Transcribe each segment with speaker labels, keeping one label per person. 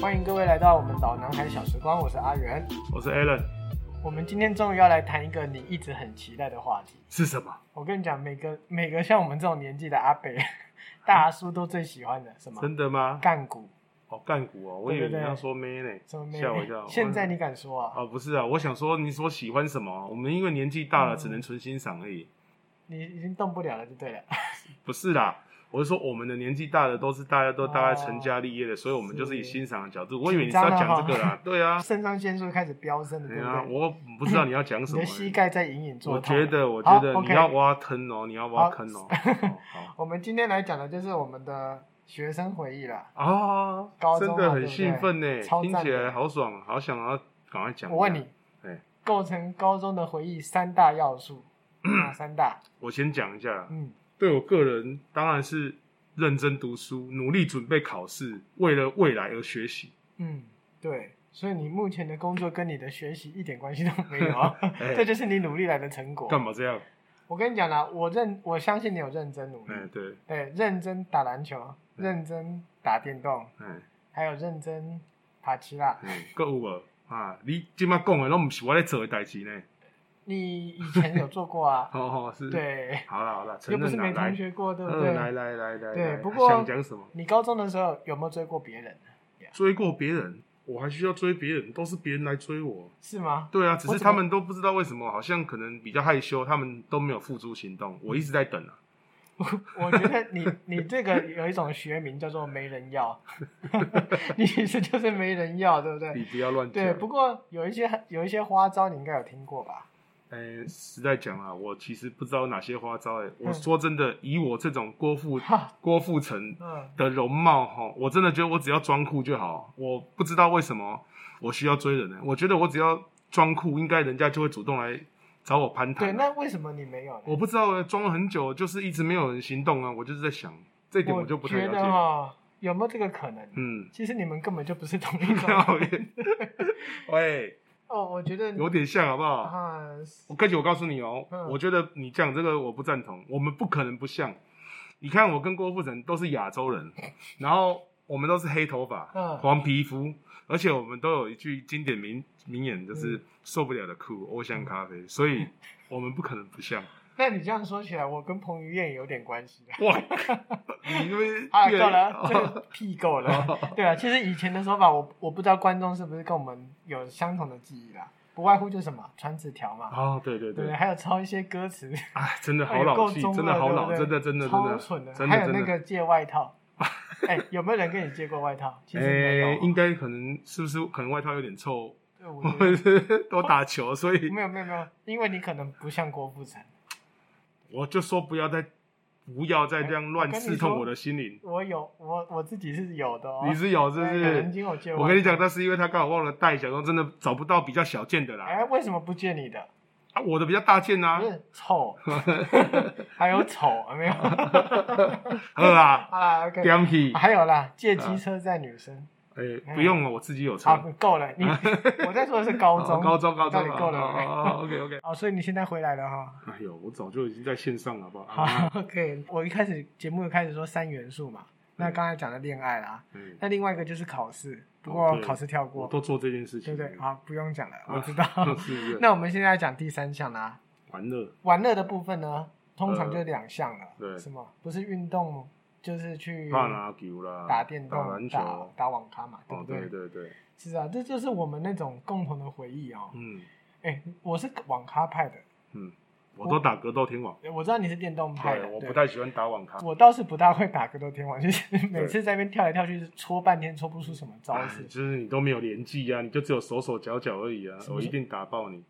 Speaker 1: 欢迎各位来到我们老男孩小时光，我是阿元。
Speaker 2: 我是 Alan，
Speaker 1: 我们今天终于要来谈一个你一直很期待的话题。
Speaker 2: 是什么？
Speaker 1: 我跟你讲，每个每个像我们这种年纪的阿伯、 大叔都最喜欢的什么
Speaker 2: 真的吗？
Speaker 1: 干股，
Speaker 2: 哦，干股哦，我以为
Speaker 1: 对对
Speaker 2: 你
Speaker 1: 对
Speaker 2: 要说妹呢，
Speaker 1: 什么妹
Speaker 2: 吓我一跳。
Speaker 1: 妹。现在你敢说啊？
Speaker 2: 哦，不是啊，我想说你所喜欢什么？我们因为年纪大了，
Speaker 1: 嗯
Speaker 2: 只能纯欣赏而已。
Speaker 1: 你已经动不了了，就对了。
Speaker 2: 不是啦，我是说我们的年纪大了，都是大家都大概
Speaker 1: 哦
Speaker 2: 成家立业的，所以我们
Speaker 1: 是
Speaker 2: 就是以欣赏的角度。我以为你是要讲这个啦，对啊，
Speaker 1: 肾上腺素开始飙升了，
Speaker 2: 对
Speaker 1: 对
Speaker 2: 啊，
Speaker 1: 不对？
Speaker 2: 我不知道你要讲什
Speaker 1: 你
Speaker 2: 么
Speaker 1: 的。膝盖在隐隐作
Speaker 2: 我
Speaker 1: 痛。
Speaker 2: 觉得，我觉得
Speaker 1: 好
Speaker 2: 你
Speaker 1: OK
Speaker 2: 要挖坑哦，你要挖坑哦。哦好
Speaker 1: 我们今天来讲的就是我们的学生回忆啦。
Speaker 2: 啊
Speaker 1: 高，中
Speaker 2: 真
Speaker 1: 嘛
Speaker 2: 的很兴奋呢
Speaker 1: 对不对，超赞
Speaker 2: 听
Speaker 1: 的
Speaker 2: 起来好爽，好想要赶快讲。
Speaker 1: 我问你，，
Speaker 2: 哎，
Speaker 1: 构成高中的回忆三大要素，哪三大？
Speaker 2: 我先讲一下，
Speaker 1: 嗯，
Speaker 2: 对我个人当然是认真读书，努力准备考试，为了未来而学习。
Speaker 1: 嗯，对，所以你目前的工作跟你的学习一点关系都没 有啊，
Speaker 2: 哎
Speaker 1: 这就是你努力来的成果。
Speaker 2: 干嘛这样？
Speaker 1: 我跟你讲啦，我认我相信你有认真努力，
Speaker 2: 哎、对，
Speaker 1: 对，认真打篮球，
Speaker 2: 嗯
Speaker 1: 认真打电动，
Speaker 2: 哎、
Speaker 1: 还有认真爬棋啦。
Speaker 2: 哎，够有无啊？你今麦讲的拢不是我在做的代志呢。
Speaker 1: 你以前有做过啊？
Speaker 2: 哦哦，是，，
Speaker 1: 对，
Speaker 2: 好了好了，承
Speaker 1: 又不是
Speaker 2: 认
Speaker 1: 没
Speaker 2: 了，
Speaker 1: 同
Speaker 2: 来，
Speaker 1: 学过，对不
Speaker 2: 嗯，来
Speaker 1: 对？
Speaker 2: 来来来，
Speaker 1: 对
Speaker 2: 来
Speaker 1: 不过
Speaker 2: 想讲什么？
Speaker 1: 你高中的时候有没有追过别人？啊
Speaker 2: 追过别人，我还需要追别人，都是别人来追我。
Speaker 1: 是吗？
Speaker 2: 对啊，只
Speaker 1: 我
Speaker 2: 是
Speaker 1: 怎
Speaker 2: 他
Speaker 1: 么
Speaker 2: 们都不知道为什么，好像可能比较害羞，他们都没有付诸行动。我一直在等啊，
Speaker 1: 我觉得 你你这个有一种学名叫做没人要， 你其实就是没人要，对不对？
Speaker 2: 你不要乱讲。
Speaker 1: 对，不过有一些有一些花招，你应该有听过吧？
Speaker 2: 哎，实在讲啊，我其实不知道哪些花招哎、我
Speaker 1: 嗯
Speaker 2: 说真的，以我这种郭富
Speaker 1: 哈，
Speaker 2: 郭富城
Speaker 1: 嗯，
Speaker 2: 的容貌哈，我真的觉得我只要装酷就好。我不知道为什么我需要追人呢、欸我觉得我只要装酷，应该人家就会主动来找我攀
Speaker 1: 对，
Speaker 2: 谈啊、
Speaker 1: 那为什么你没有呢？
Speaker 2: 我不知道啊，装了很久，就是一直没有人行动啊。我就是在想这点，我就不太
Speaker 1: 觉
Speaker 2: 了
Speaker 1: 得
Speaker 2: 解。
Speaker 1: 哈，有没有这个可能？
Speaker 2: 嗯，
Speaker 1: 其实你们根本就不是同一种。
Speaker 2: 讨厌，喂，
Speaker 1: 哦，我觉得
Speaker 2: 有点像好不好？
Speaker 1: 啊，
Speaker 2: 我跟姐，我告诉你哦、
Speaker 1: 嗯
Speaker 2: 我觉得你讲这个我不赞同，我们不可能不像。你看，我跟郭富城都是亚洲人，然后我们都是黑头发、
Speaker 1: 嗯
Speaker 2: 黄皮肤，而且我们都有一句经典名名言，就是
Speaker 1: 嗯
Speaker 2: “受不了的酷，欧香咖啡”，所以我们不可能不像。
Speaker 1: 那你这样说起来，我跟彭于晏也有点关系 的。
Speaker 2: 哇，你那边
Speaker 1: 啊，够
Speaker 2: 越
Speaker 1: 了，这个屁够了。
Speaker 2: 哦
Speaker 1: 对啊，其实以前的说法，我我不知道观众是不是跟我们有相同的记忆啦，不外乎就是什么传纸条嘛，
Speaker 2: 哦，对对
Speaker 1: 对不对？
Speaker 2: 对，
Speaker 1: 还有抄一些歌词，
Speaker 2: 哎，真的
Speaker 1: 哎
Speaker 2: 好
Speaker 1: 呦
Speaker 2: 老
Speaker 1: 够
Speaker 2: 气，
Speaker 1: 中
Speaker 2: 真的
Speaker 1: 二
Speaker 2: 好
Speaker 1: 对不
Speaker 2: 老，
Speaker 1: 对
Speaker 2: 真的真的真
Speaker 1: 超
Speaker 2: 的，
Speaker 1: 蠢的。
Speaker 2: 真
Speaker 1: 还
Speaker 2: 的
Speaker 1: 有
Speaker 2: 真
Speaker 1: 那
Speaker 2: 的。
Speaker 1: 个借外 套，哎，有没有人跟你借过外套？其实没有
Speaker 2: 哎，应
Speaker 1: 啊，
Speaker 2: 该可能是不是可能外套有点臭，
Speaker 1: 对 我
Speaker 2: 我
Speaker 1: 觉得
Speaker 2: 们是都打球，所以
Speaker 1: 没有没有没有，因为你可能不像郭富城。
Speaker 2: 我就说不要再不要再这样乱刺痛我的心灵。
Speaker 1: 我有我我自己是有的哦，
Speaker 2: 你是有是不
Speaker 1: 对有人
Speaker 2: 是？
Speaker 1: 经我借外套，
Speaker 2: 我跟你讲，那是因为他刚好忘了带，想说真的找不到比较小件的啦。
Speaker 1: 哎，嗯为什么不借你的？
Speaker 2: 啊，我的比较大件啊
Speaker 1: 不。是 丑，还有丑啊没有？
Speaker 2: 呵啦，
Speaker 1: 啊，OK，
Speaker 2: d 屁！
Speaker 1: 还有啦，借
Speaker 2: 啊
Speaker 1: 机车载女生。
Speaker 2: 哎，不用了，我自己有车
Speaker 1: 好，。够了， 你我在说的是啊高中，
Speaker 2: 哦高中高
Speaker 1: 到
Speaker 2: 中
Speaker 1: 底够了哎没？
Speaker 2: OK OK。
Speaker 1: 哦，所以你现在回来了哈。
Speaker 2: 哎呦，我早就已经在线上了，好不好？啊
Speaker 1: 好，OK，我一开始节目开始说三元素嘛，那刚才讲的恋爱啦，
Speaker 2: 嗯
Speaker 1: 那另外一个就是考试，不
Speaker 2: 哦
Speaker 1: 过
Speaker 2: 对
Speaker 1: 考试跳
Speaker 2: 我
Speaker 1: 过，
Speaker 2: 都做嗯这件事
Speaker 1: 对
Speaker 2: 情。
Speaker 1: 不对？
Speaker 2: 啊，
Speaker 1: 好，不用讲了，我知 道。
Speaker 2: 是不是？
Speaker 1: 那我们现在讲第三项啦，
Speaker 2: 完了，
Speaker 1: 玩乐的部分呢，通常就两项了，
Speaker 2: 嗯对
Speaker 1: 什么？不是运动，就是去
Speaker 2: 打篮球啦，
Speaker 1: 嗯打电动、
Speaker 2: 打篮球。
Speaker 1: 打
Speaker 2: 哦，
Speaker 1: 打网咖嘛，对不
Speaker 2: 对对对，
Speaker 1: 是啊，这就是我们那种共同的回忆哦。
Speaker 2: 嗯
Speaker 1: 哎、我是网咖派的，
Speaker 2: 嗯，我都打格斗天王。
Speaker 1: 我知道你是电动派的，
Speaker 2: 对，我
Speaker 1: 对
Speaker 2: 不太喜欢打网咖。
Speaker 1: 我倒是不大会打格斗天王，就是 每次在那边跳来跳去，搓半天搓不出什么招
Speaker 2: 哎
Speaker 1: 式。
Speaker 2: 就是你都没有连技啊，你就只有手手脚脚而已啊！
Speaker 1: 什么
Speaker 2: 我一定打 爆你，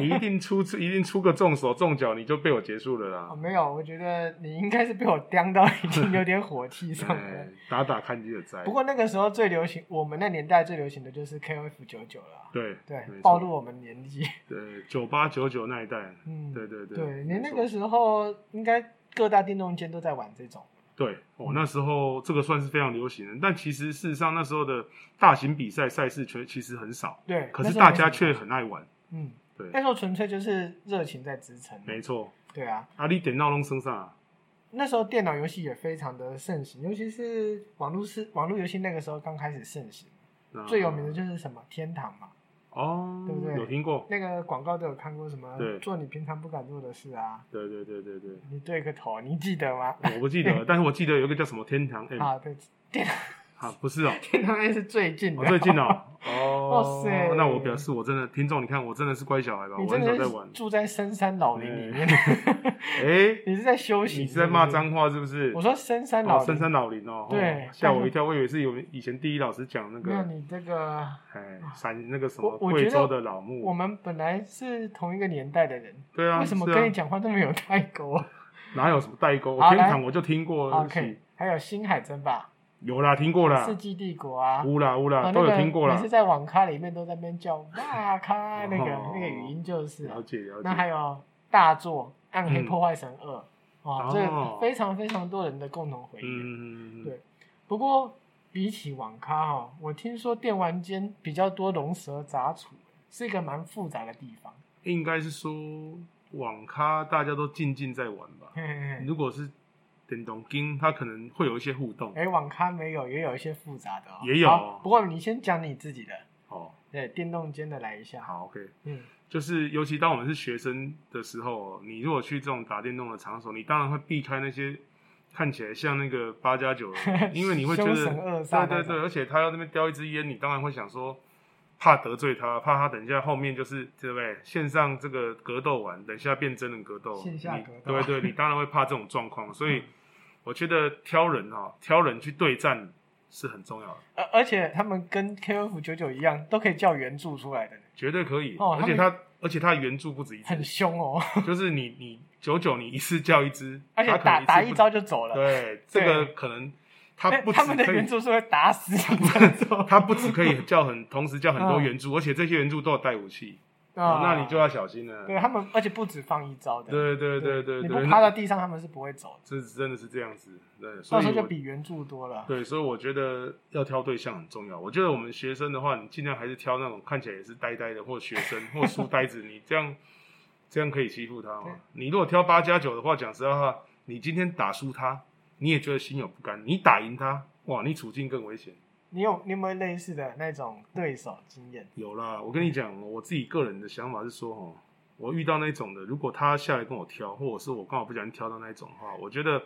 Speaker 2: 你一定出一定出个重手重脚，你就被我结束了
Speaker 1: 哦，
Speaker 2: 啦。
Speaker 1: 没有，我觉得你应该是被我刁到已经有点火气上
Speaker 2: 哎
Speaker 1: 了。
Speaker 2: 打打看你的灾。
Speaker 1: 不过那个时候最流行，我们那年代最流行的就是 KOF 九九了啊，
Speaker 2: 对
Speaker 1: 对
Speaker 2: 没，错
Speaker 1: 暴露我们年纪。
Speaker 2: 对九八九九那一代，
Speaker 1: 嗯，
Speaker 2: 对对对
Speaker 1: 对，你
Speaker 2: 没
Speaker 1: 那
Speaker 2: 错
Speaker 1: 个时候应该各大电动间都在玩这种。
Speaker 2: 对我、哦、那时候这个算是非常流行的，但其实事实上那时候的大型比赛赛事却其实很少，
Speaker 1: 对，
Speaker 2: 可
Speaker 1: 那
Speaker 2: 是
Speaker 1: 时候
Speaker 2: 大
Speaker 1: 没什
Speaker 2: 家
Speaker 1: 么
Speaker 2: 却很爱玩。
Speaker 1: 嗯，
Speaker 2: 对
Speaker 1: 那，时候纯粹就是热情在支撑。
Speaker 2: 没错。
Speaker 1: 对啊，
Speaker 2: 啊，你点闹钟身上啊？
Speaker 1: 那时候电脑游戏也非常的盛行，尤其是网络是网络游戏那个时候刚开始盛行。
Speaker 2: 那
Speaker 1: 最有名的就是什么天堂嘛，
Speaker 2: 哦，
Speaker 1: 对不对
Speaker 2: 有听过？
Speaker 1: 那个广告都有看过什么
Speaker 2: 对
Speaker 1: 做你平常不敢做的事啊，
Speaker 2: 对对对对对，
Speaker 1: 你对个头，你记得吗？
Speaker 2: 我不 记得，但是我记得有一个叫什么天堂 M
Speaker 1: 啊，对，天堂
Speaker 2: 啊，不是哦，
Speaker 1: 天堂 A 是最近的，
Speaker 2: 我最近哦，哦，
Speaker 1: 哇塞
Speaker 2: 那我表示我真的听众，你看我真的是乖小孩吧，
Speaker 1: 你
Speaker 2: 我
Speaker 1: 真
Speaker 2: 很少
Speaker 1: 的
Speaker 2: 在
Speaker 1: 是
Speaker 2: 玩。
Speaker 1: 住在深山老林里面，
Speaker 2: 哎，
Speaker 1: 你是在休息？
Speaker 2: 你是在骂
Speaker 1: 不
Speaker 2: 脏话是不是？
Speaker 1: 我说深山老
Speaker 2: 哦，
Speaker 1: 林，
Speaker 2: 深山老林哦，
Speaker 1: 对
Speaker 2: 哦吓我一跳，我以为是有以前地理老师讲那
Speaker 1: 没有
Speaker 2: 个，
Speaker 1: 你这个，
Speaker 2: 哎，陕那个什么
Speaker 1: 我我觉
Speaker 2: 贵
Speaker 1: 得
Speaker 2: 州的老
Speaker 1: 我
Speaker 2: 木，
Speaker 1: 们本来是同一个年代的人，
Speaker 2: 对啊，
Speaker 1: 为什么
Speaker 2: 是啊
Speaker 1: 跟你讲话都没有代沟啊
Speaker 2: 哪有什么代沟？
Speaker 1: 好
Speaker 2: 天
Speaker 1: 来
Speaker 2: 堂我就听过了，对不
Speaker 1: ？OK，
Speaker 2: 起
Speaker 1: 还有星海争霸、
Speaker 2: 有啦，听过啦
Speaker 1: 世，纪帝国啊，
Speaker 2: 乌啦乌
Speaker 1: 啊
Speaker 2: 啦，
Speaker 1: 那
Speaker 2: 都有
Speaker 1: 个
Speaker 2: 听过啦
Speaker 1: 每次，在网咖里面都在那边叫哇咖，那个
Speaker 2: 哦
Speaker 1: 那个语音就是啊。
Speaker 2: 了解了
Speaker 1: 那还
Speaker 2: 解，
Speaker 1: 有大作《暗黑
Speaker 2: 嗯
Speaker 1: 破坏神二》啊
Speaker 2: 哦，
Speaker 1: 这个非常非常多人的共同回忆。
Speaker 2: 嗯，
Speaker 1: 啊对不过比起网咖哈、我听说电玩间比较多龙蛇杂处，是一个蛮复杂的地方。
Speaker 2: 应该是说网咖大家都静静在玩吧，
Speaker 1: 嘿嘿嘿
Speaker 2: 如果是电动 game，它可能会有一些互动
Speaker 1: 哎，网咖没有，也有一些复杂的、哦，
Speaker 2: 也有
Speaker 1: 好不过你先讲你自己的，
Speaker 2: 哦。
Speaker 1: 对，电动间的来一下。，
Speaker 2: 好，OK，
Speaker 1: 嗯，
Speaker 2: 就是尤其当我们是学生的时候，你如果去这种打电动的场所，你当然会避开那些看起来像那个八 加九，因为你会觉
Speaker 1: 凶
Speaker 2: 得
Speaker 1: 神恶煞那
Speaker 2: 对
Speaker 1: 种
Speaker 2: 对对，而且他要那边叼一支烟，你当然会想说。怕得罪他，怕他等一下后面就是对不对？线上这个格斗完，等一下变真人格斗，
Speaker 1: 线下格斗嗯
Speaker 2: 你对对，你当然会怕这种状况。所以我觉得挑人哈、挑人去对战是很重要的，
Speaker 1: 而而且他们跟 KF 九九一样，都可以叫原著出来的，
Speaker 2: 绝对可以。
Speaker 1: 哦他
Speaker 2: 而且
Speaker 1: 们
Speaker 2: 他，而且他的原著不止一次
Speaker 1: 很，凶哦，
Speaker 2: 就是你你九九你一次叫一只，
Speaker 1: 而且
Speaker 2: 他可能
Speaker 1: 打打
Speaker 2: 次
Speaker 1: 一
Speaker 2: 不
Speaker 1: 招就走了。
Speaker 2: 对，这个可能他
Speaker 1: 那
Speaker 2: 不
Speaker 1: 他
Speaker 2: 只
Speaker 1: 们的
Speaker 2: 可以。
Speaker 1: 原，著是会打死你再做
Speaker 2: 他不只可以叫很同时叫很多
Speaker 1: 嗯
Speaker 2: 原著，而且这些原著都有带武器，
Speaker 1: 啊
Speaker 2: 哦那你就要小心了。
Speaker 1: 对他们，而且不止放一招的。
Speaker 2: 对对对对
Speaker 1: 你
Speaker 2: 对，
Speaker 1: 不趴到地上，他们是不会走的。
Speaker 2: 这真的是这样子，对，所
Speaker 1: 到
Speaker 2: 以
Speaker 1: 时候就
Speaker 2: 我
Speaker 1: 比原著多了。
Speaker 2: 对，所以我觉得要挑对象很重要。我觉得我们学生的话，你尽量还是挑那种看起来也是呆呆的，或学生或书呆子，你这样这样可以欺负他
Speaker 1: 对
Speaker 2: 吗？你如果挑八加九的话，讲实在话，你今天打输他，你也觉得心有不甘；你打赢他，哇，你处境更危险。
Speaker 1: 你有你有没有类似的那种对手经验？
Speaker 2: 有啦，我跟你讲，我自己个人的想法是说，哦，我遇到那种的，如果他下来跟我挑，或者是我刚好不小心挑到那一种的话，我觉得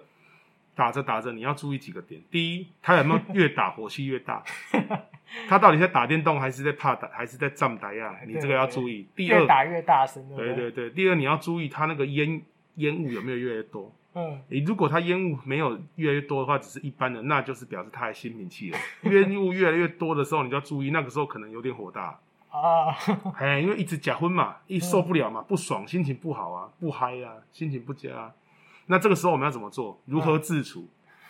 Speaker 2: 打着打着你要注意几个点。第一，他有没有越打火气越 大？他到底在打电动，还是在怕打，还是在站台呀？你这个要注意。第
Speaker 1: 哎越
Speaker 2: 二，
Speaker 1: 打越大声，对不
Speaker 2: 对
Speaker 1: 对？
Speaker 2: 对对，第二你要注意他那个烟烟雾有没有越来越多。
Speaker 1: 嗯，
Speaker 2: 你如果他烟雾没有越来越多的话，只是一般的，那就是表示他还心平气和。 烟雾越来越多的时候，你就要注意，那个时候可能有点火大。
Speaker 1: 啊，
Speaker 2: 哎，因为一直假婚嘛，一受不
Speaker 1: 嗯
Speaker 2: 了嘛，不爽，心情不好啊，不嗨啊，心情不佳啊。那这个时候我们要怎么做？如何自处？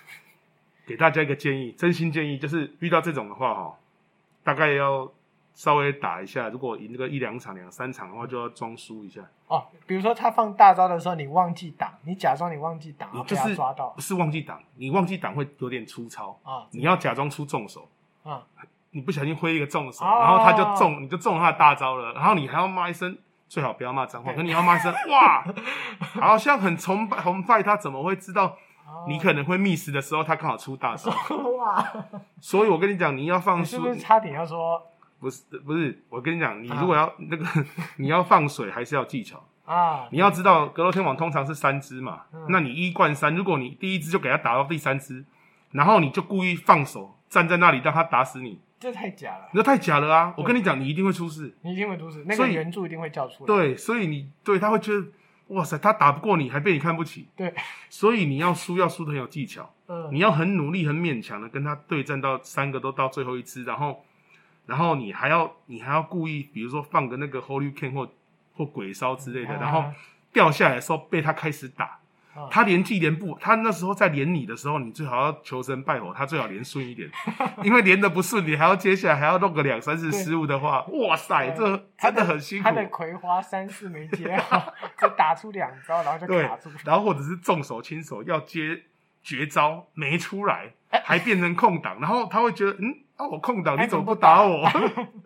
Speaker 1: 嗯
Speaker 2: 给大家一个建议，真心建议，就是遇到这种的话哈、大概要稍微打一下。如果赢这个一两场、两三场的话，就要装输一下。
Speaker 1: 哦，比如说他放大招的时候，你忘记挡，你假装你忘记挡，然
Speaker 2: 你
Speaker 1: 后
Speaker 2: 就
Speaker 1: 被他
Speaker 2: 是
Speaker 1: 抓到
Speaker 2: 不是忘记挡，你忘记挡会有点粗糙，
Speaker 1: 啊
Speaker 2: 你要假装出重手。
Speaker 1: 啊！
Speaker 2: 你不小心挥一个重手，
Speaker 1: 哦
Speaker 2: 然后他就中，你就中了他的大招了，然后你还要骂一声，最好不要骂脏话，
Speaker 1: 对
Speaker 2: 可你要骂一 声哇，好像很崇拜崇拜他，怎么会知道
Speaker 1: 啊
Speaker 2: 你可能会 miss 的时候，他刚好出大招？
Speaker 1: 哇，
Speaker 2: 所以我跟你讲，你要放
Speaker 1: 你是
Speaker 2: 水，
Speaker 1: 不是差点要说
Speaker 2: 不是不是，我跟你讲，你如果要、那个你要放水，还是要技巧。
Speaker 1: 啊？
Speaker 2: 你要知道，格斗天网通常是三只嘛，
Speaker 1: 嗯
Speaker 2: 那你一冠三，如果你第一只就给他打到第三只，然后你就故意放手站在那里让他打死你，
Speaker 1: 这太假了，
Speaker 2: 那太假了啊！我跟你讲，你一定会出事。
Speaker 1: 你一定会阻止，那
Speaker 2: 所
Speaker 1: 个
Speaker 2: 以
Speaker 1: 原著一定会叫出来。
Speaker 2: 对，所以你对他会觉得，哇塞，他打不过你，还被你看不起，
Speaker 1: 对，
Speaker 2: 所以你要输要输的很有技巧，
Speaker 1: 嗯，
Speaker 2: 你要很努力、很勉强的跟他对战到三个都到最后一只，然后，然后你还要你还要故意，比如说放个那个 Holy Can 或或鬼烧之类的，
Speaker 1: 啊
Speaker 2: 然后掉下来的时候被他开始打，
Speaker 1: 啊
Speaker 2: 他连技连不，他那时候在连你的时候，你最好要求神拜佛，他最好连顺 一点，因为连的不顺，你还要接下来还要弄个两三次失误的话，哇塞，这真的很辛苦。
Speaker 1: 他的葵花三四没接 好，只打出两招，然后就
Speaker 2: 对
Speaker 1: 卡住。，
Speaker 2: 然后或者是重手轻手要接绝招没出来
Speaker 1: 哎，
Speaker 2: 还变成空档，然后他会觉得嗯啊我空档
Speaker 1: 哎
Speaker 2: 你怎
Speaker 1: 怎么
Speaker 2: 么不
Speaker 1: 不打
Speaker 2: 打我？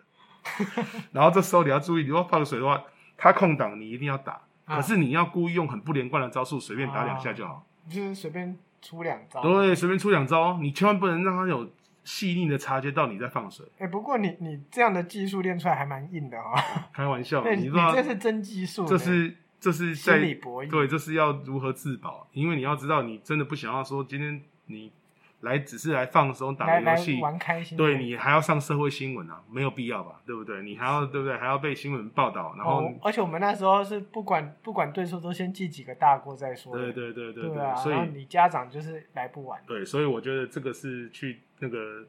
Speaker 2: 然后这时候你要注意，你如果放水的话，他空档你一定要打，
Speaker 1: 啊
Speaker 2: 可是你要故意用很不连贯的招数随便打两下就好，
Speaker 1: 就是随便出两招。
Speaker 2: 对，随便出两招，你千万不能让他有细腻的察觉到你在放水。
Speaker 1: 哎、不过你你这样的技术练出来还蛮硬的哦，
Speaker 2: 开玩笑，
Speaker 1: 对，
Speaker 2: 你
Speaker 1: 你
Speaker 2: 知道
Speaker 1: 这是真技术呢，
Speaker 2: 这是这是在
Speaker 1: 心理博弈，
Speaker 2: 对，这是要如何自保？因为你要知道，你真的不想要说今天你来只是来放松打
Speaker 1: 来
Speaker 2: 个
Speaker 1: 来
Speaker 2: 游戏，
Speaker 1: 玩开心的，
Speaker 2: 对你还要上社会新闻啊，没有必要吧？对不对？你还要对不对？还要被新闻报道，然后、
Speaker 1: 哦，而且我们那时候是不管不管对错，都先记几个大过再说。
Speaker 2: 对对对对
Speaker 1: 哦对啊，
Speaker 2: 所
Speaker 1: 然后
Speaker 2: 以
Speaker 1: 你家长就是来不晚，
Speaker 2: 对，所以我觉得这个是去那个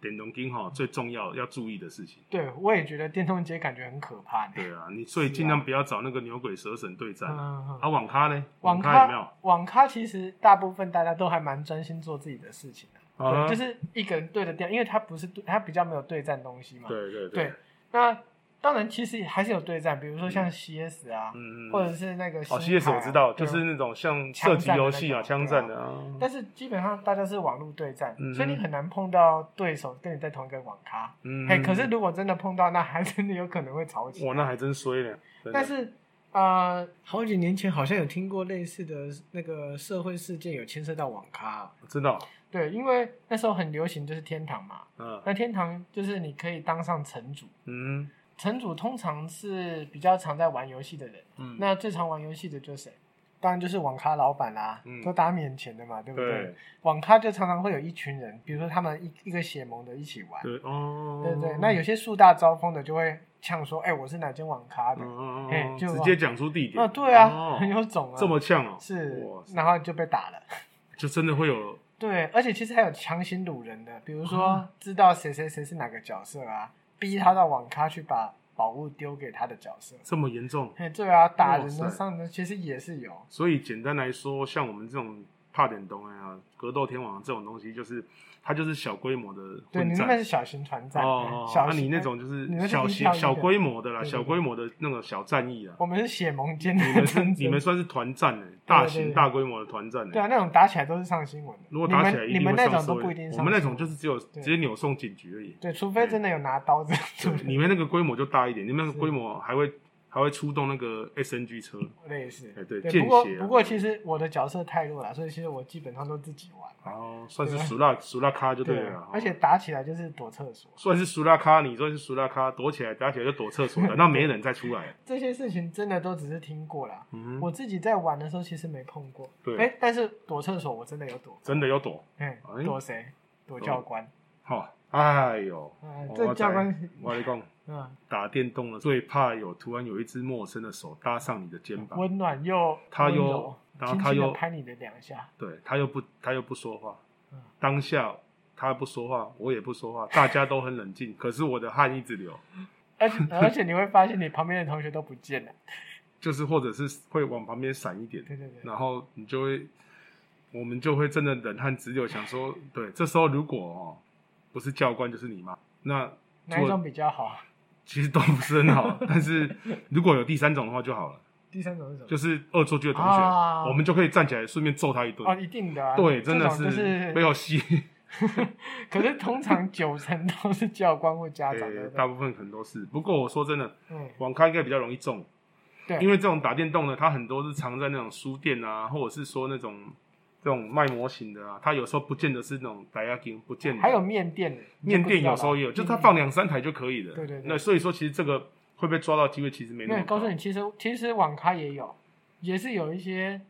Speaker 2: 点龙金哈最重要要注意的事情。
Speaker 1: 对我也觉得电动街感觉很可怕呢。
Speaker 2: 对啊，你所以尽量不要找那个牛鬼蛇神对战。啊，
Speaker 1: 嗯，嗯
Speaker 2: 网咖呢？
Speaker 1: 网
Speaker 2: 咖
Speaker 1: 咖
Speaker 2: 有没有？
Speaker 1: 网咖其实大部分大家都还蛮专心做自己的事情的，
Speaker 2: 啊
Speaker 1: 对，就是一个人对着电，因为他不是对，他比较没有对战东西嘛。
Speaker 2: 啊对对
Speaker 1: 对，那当然其实还是有对战，比如说像 CS 啊，
Speaker 2: 嗯嗯，
Speaker 1: 或者是那个
Speaker 2: 哦
Speaker 1: 星
Speaker 2: ，CS
Speaker 1: 海啊
Speaker 2: 我知道，
Speaker 1: 对
Speaker 2: 就是那种像射击游戏啊、
Speaker 1: 枪
Speaker 2: 枪战
Speaker 1: 战
Speaker 2: 的
Speaker 1: 的
Speaker 2: 啊。
Speaker 1: 但是基本上大家是网络对战，
Speaker 2: 嗯
Speaker 1: 所以你很难碰到对手跟你在同一个网咖。
Speaker 2: 嗯
Speaker 1: 哎、可是如果真的碰到，那还真的有可能会吵起来。
Speaker 2: 我那还真衰呢。真的
Speaker 1: 但是呃，好几年前好像有听过类似的那个社会事件，有牵涉到网咖。
Speaker 2: 知道，
Speaker 1: 对，因为那时候很流行就是天堂嘛，
Speaker 2: 嗯
Speaker 1: 那天堂就是你可以当上城主，
Speaker 2: 嗯
Speaker 1: 城主通常是比较常在玩游戏的人，
Speaker 2: 嗯，
Speaker 1: 那最常玩游戏的就是谁？当然就是网咖老板啦、
Speaker 2: 嗯
Speaker 1: 都打免钱的嘛，对不
Speaker 2: 对
Speaker 1: 网咖就常常会有一群人，比如说他们一一个血盟的一起玩，
Speaker 2: 对哦，
Speaker 1: 对不对？那有些树大招风的就会呛说：“哎、我是哪间网咖的？”
Speaker 2: 哦，
Speaker 1: 嘿就
Speaker 2: 直接讲出地
Speaker 1: 嗯
Speaker 2: 点
Speaker 1: 哦，对啊，
Speaker 2: 哦
Speaker 1: 很有种啊，
Speaker 2: 这么呛哦，
Speaker 1: 是
Speaker 2: 哇，塞
Speaker 1: 然后就被打了。
Speaker 2: 就真的会有
Speaker 1: 对，而且其实还有强行掳人的，比如说
Speaker 2: 啊
Speaker 1: 知道谁谁谁是哪个角色啊，逼他到网咖去把宝物丢给他的角色。
Speaker 2: 这么严重。
Speaker 1: 嘿，对啊，打
Speaker 2: 哇
Speaker 1: 人
Speaker 2: 塞
Speaker 1: 的、伤人的，其实也是有。
Speaker 2: 所以简单来说，像我们这种怕点东西啊、格斗天王这种东西，就是它就是小规模的
Speaker 1: 对，
Speaker 2: 混
Speaker 1: 你那边
Speaker 2: 战。
Speaker 1: 是小型船战，
Speaker 2: 哦，
Speaker 1: 小
Speaker 2: 那
Speaker 1: 型
Speaker 2: 你那，种就是
Speaker 1: 你那是
Speaker 2: 小
Speaker 1: 一
Speaker 2: 型
Speaker 1: 挑一的
Speaker 2: 小规模的啦，
Speaker 1: 对对
Speaker 2: 小规模的那种小战役 啊。
Speaker 1: 我们是血盟间的
Speaker 2: 你们 是
Speaker 1: 战争
Speaker 2: 你们算是团战呢，大
Speaker 1: 对
Speaker 2: 型
Speaker 1: 对
Speaker 2: 大规模的团战
Speaker 1: 对啊，
Speaker 2: 呢。
Speaker 1: 那种打起来都是上新闻的。
Speaker 2: 如果打起来，
Speaker 1: 你
Speaker 2: 一
Speaker 1: 们你们
Speaker 2: 定会
Speaker 1: 那
Speaker 2: 上
Speaker 1: 种
Speaker 2: 社
Speaker 1: 都
Speaker 2: 会
Speaker 1: 不一定上新
Speaker 2: 我
Speaker 1: 闻。
Speaker 2: 们那种就是只有直
Speaker 1: 对
Speaker 2: 接扭送警局 而已。
Speaker 1: 对，除非真的有拿刀子，
Speaker 2: 对，你们那个规模就大一点，你们那个
Speaker 1: 是
Speaker 2: 规模还会还会出动那个 SNG 车，
Speaker 1: 类似
Speaker 2: 哎。对
Speaker 1: 对，
Speaker 2: 见
Speaker 1: 不过
Speaker 2: 血啊
Speaker 1: 不过其实我的角色太弱了，所以其实我基本上都自己玩。
Speaker 2: 然后算是
Speaker 1: 哦对啊
Speaker 2: 熟辣熟辣咖就对了啦。
Speaker 1: 而且
Speaker 2: 哦
Speaker 1: 打起来就是躲厕所，
Speaker 2: 算是熟辣咖，你算是熟辣咖，躲起来打起来就躲厕所，等到没人再出来。
Speaker 1: 这些事情真的都只是听过啦。
Speaker 2: 嗯，
Speaker 1: 我自己在玩的时候其实没碰过，
Speaker 2: 对，
Speaker 1: 哎，但是躲厕所我真的有躲，
Speaker 2: 真的有躲。
Speaker 1: 哎
Speaker 2: 哎，
Speaker 1: 躲谁？躲教官。
Speaker 2: 好，哎呦，
Speaker 1: 嗯，
Speaker 2: 我
Speaker 1: 这教
Speaker 2: 知
Speaker 1: 官，
Speaker 2: 我跟你讲，
Speaker 1: 嗯，
Speaker 2: 打电动了最怕有突然有一只陌生的手搭上你的肩膀，
Speaker 1: 温暖又
Speaker 2: 他
Speaker 1: 温
Speaker 2: 又
Speaker 1: 柔，
Speaker 2: 然后
Speaker 1: 轻
Speaker 2: 他
Speaker 1: 轻的
Speaker 2: 又
Speaker 1: 拍你的两下，
Speaker 2: 对他又不他又不说话
Speaker 1: 嗯，
Speaker 2: 当下他不说话，我也不说话，大家都很冷静，可是我的汗一直流，
Speaker 1: 而 且而且你会发现你旁边的同学都不见了。
Speaker 2: 就是或者是会往旁边闪一点，
Speaker 1: 对对对，
Speaker 2: 然后你就会，我们就会真的冷汗直流，想说，对，这时候如果哦不是教官就是你妈，那
Speaker 1: 哪一种比较好？啊
Speaker 2: 其实都不是很好， 但是如果有第三种的话就好了，
Speaker 1: 第三种是什么？
Speaker 2: 就是恶作剧的同学，
Speaker 1: 啊
Speaker 2: 我们就可以站起来顺便揍他一顿。
Speaker 1: 哦，一定的、啊，
Speaker 2: 对，
Speaker 1: 这
Speaker 2: 真的
Speaker 1: 种就是 是
Speaker 2: 没有戏。
Speaker 1: 可是通常九成都是教官或家长
Speaker 2: 诶
Speaker 1: 的，
Speaker 2: 大部分可能都是。不过我说真的，
Speaker 1: 嗯，
Speaker 2: 网咖应该比较容易中，
Speaker 1: 对，
Speaker 2: 因为这种打电动的，它很多是藏在那种书店啊，或者是说那种这种卖模型的啊，它有时候不见得是那种打压 game，不见得。
Speaker 1: 还有面店的，
Speaker 2: 面店有时候
Speaker 1: 你
Speaker 2: 也有，
Speaker 1: 就
Speaker 2: 就是
Speaker 1: 不知道
Speaker 2: 它放两三台就可以了。
Speaker 1: 对对对
Speaker 2: 那所以说，其实这个会被抓到机会其实没
Speaker 1: 嗯没
Speaker 2: 那么
Speaker 1: 有
Speaker 2: 高。
Speaker 1: 告诉你，其实其实网咖也有，也是有一些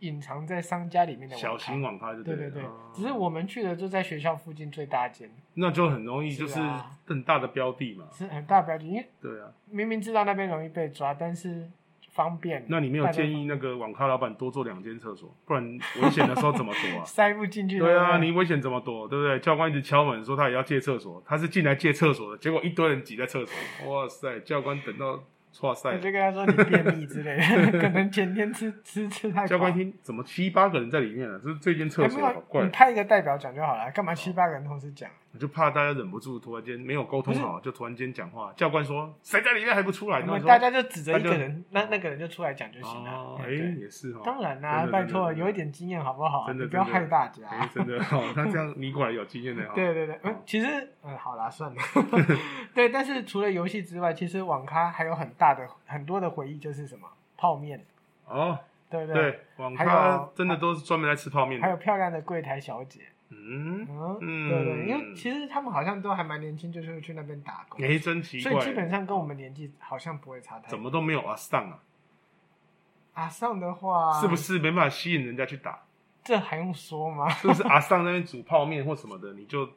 Speaker 1: 隐藏在商家里面的
Speaker 2: 小
Speaker 1: 网咖
Speaker 2: 型。网咖就
Speaker 1: 对
Speaker 2: 对
Speaker 1: 对对
Speaker 2: 了啊，
Speaker 1: 只是我们去的就在学校附近最大间，
Speaker 2: 那就很容易就是
Speaker 1: 是啊
Speaker 2: 很大的标的嘛。
Speaker 1: 是很大标准，因为
Speaker 2: 对啊，
Speaker 1: 明明知道那边容易被抓，但是方便
Speaker 2: 那你没有
Speaker 1: 大家？
Speaker 2: 建议那个网咖老板多做两间厕所，不然危险的时候怎么躲啊
Speaker 1: 塞不进去。
Speaker 2: 对啊，
Speaker 1: 不
Speaker 2: 你危险怎么躲？对不对？教官一直敲门说他也要借厕所，他是进来借厕所的，结果一堆人挤在厕所。哇塞，教官等到哇
Speaker 1: 我
Speaker 2: 塞，
Speaker 1: 就跟他说你便秘之类 的，可能前天吃吃吃太饱。
Speaker 2: 教官一听怎么七八个人在里面啊？这是这间厕
Speaker 1: 哎
Speaker 2: 所
Speaker 1: 没
Speaker 2: 好
Speaker 1: 有
Speaker 2: 怪
Speaker 1: 你
Speaker 2: 哦。
Speaker 1: 派一个代表讲就好了，干嘛七八个人同时讲？
Speaker 2: 我就怕大家忍不住，突然间没有沟通好，就突然间讲话。教官说：“谁在里面还不出来？”
Speaker 1: 我
Speaker 2: 那我
Speaker 1: 们
Speaker 2: 说
Speaker 1: 大家就指着一个
Speaker 2: 大家
Speaker 1: 人，那那个人就出来讲就行了
Speaker 2: 哦，。哎、
Speaker 1: 对对
Speaker 2: 也是哦，
Speaker 1: 当然
Speaker 2: 真
Speaker 1: 啦，
Speaker 2: 的
Speaker 1: 拜
Speaker 2: 真的
Speaker 1: 托，
Speaker 2: 真的
Speaker 1: 有一点经验好不好？啊
Speaker 2: 真的
Speaker 1: 你不要
Speaker 2: 真的
Speaker 1: 害大
Speaker 2: 哎、
Speaker 1: 家。
Speaker 2: 真的哦， 那这样你果然有经验的哦。
Speaker 1: 对对对，嗯，其实嗯，好啦， 算了。对，但是除了游戏之外，其实网咖还有很大的很多的回忆，就是什么泡面，
Speaker 2: 哦，
Speaker 1: 对不？
Speaker 2: 对，网
Speaker 1: 还
Speaker 2: 咖
Speaker 1: 有啊
Speaker 2: 真的都是专门来吃泡面
Speaker 1: 还有
Speaker 2: 的，
Speaker 1: 漂亮的柜台小姐，
Speaker 2: 嗯，
Speaker 1: 嗯，
Speaker 2: 嗯
Speaker 1: 对对，因为其实他们好像都还蛮年轻，就是会去那边打工，
Speaker 2: 哎，真奇
Speaker 1: 所以基
Speaker 2: 怪，
Speaker 1: 本上跟我们年纪好像不会差太多。
Speaker 2: 怎么都没有阿上啊？
Speaker 1: 阿尚的话，
Speaker 2: 是不？是没办法吸引人家去打？
Speaker 1: 这还用说吗？
Speaker 2: 是不是阿上那边煮泡面或什么的，你就